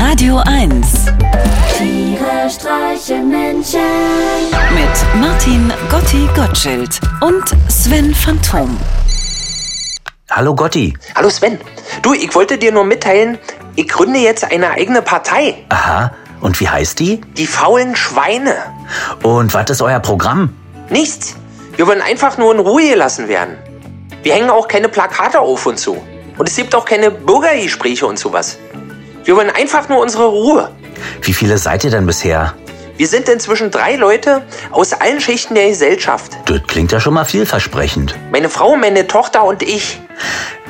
Radio 1 Tiere streichen Menschen. mit Martin Gotti Gottschild und Sven Phantom. Hallo Gotti. Hallo Sven, du, ich wollte dir nur mitteilen, ich gründe jetzt eine eigene Partei, Aha. Und wie heißt die? die faulen Schweine. Und was ist euer Programm? Nichts, wir wollen einfach nur in Ruhe gelassen werden. Wir hängen auch keine Plakate auf und so. Und es gibt auch keine Bürgergespräche und sowas. Wir wollen einfach nur unsere Ruhe. Wie viele seid ihr denn bisher? Wir sind inzwischen drei Leute aus allen Schichten der Gesellschaft. Das klingt ja schon mal vielversprechend. Meine Frau, meine Tochter und ich.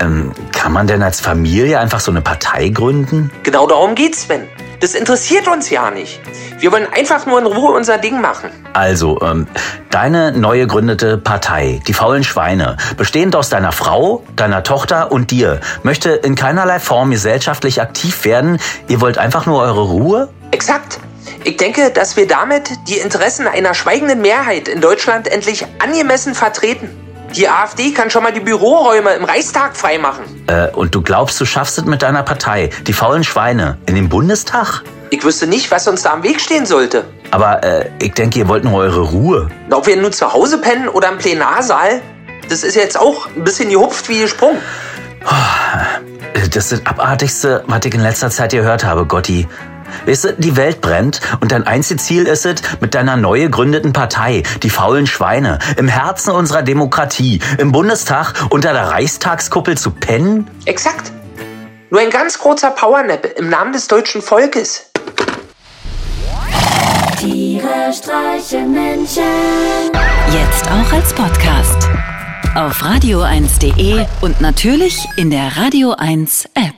Ähm, kann man denn als Familie einfach so eine Partei gründen? Genau darum geht's, Sven. Das interessiert uns ja nicht. Wir wollen einfach nur in Ruhe unser Ding machen. Also, ähm, deine neu gegründete Partei, die faulen Schweine, bestehend aus deiner Frau, deiner Tochter und dir, möchte in keinerlei Form gesellschaftlich aktiv werden. Ihr wollt einfach nur eure Ruhe? Exakt. Ich denke, dass wir damit die Interessen einer schweigenden Mehrheit in Deutschland endlich angemessen vertreten. Die AfD kann schon mal die Büroräume im Reichstag freimachen. Äh, und du glaubst, du schaffst es mit deiner Partei, die faulen Schweine, in den Bundestag? Ich wüsste nicht, was uns da am Weg stehen sollte. Aber äh, ich denke, ihr wollt nur eure Ruhe. Und ob wir nun zu Hause pennen oder im Plenarsaal, das ist jetzt auch ein bisschen gehupft wie gesprungen. Äh, Das ist das Abartigste, was ich in letzter Zeit gehört habe, Gotti. Weißt du, die Welt brennt und dein einziges Ziel ist es, mit deiner neu gegründeten Partei, die faulen Schweine, im Herzen unserer Demokratie, im Bundestag unter der Reichstagskuppel zu pennen? Exakt. Nur ein ganz kurzer Powernap im Namen des deutschen Volkes. Tiere streichen Menschen. Jetzt auch als Podcast. Auf radio1.de und natürlich in der Radio 1 App.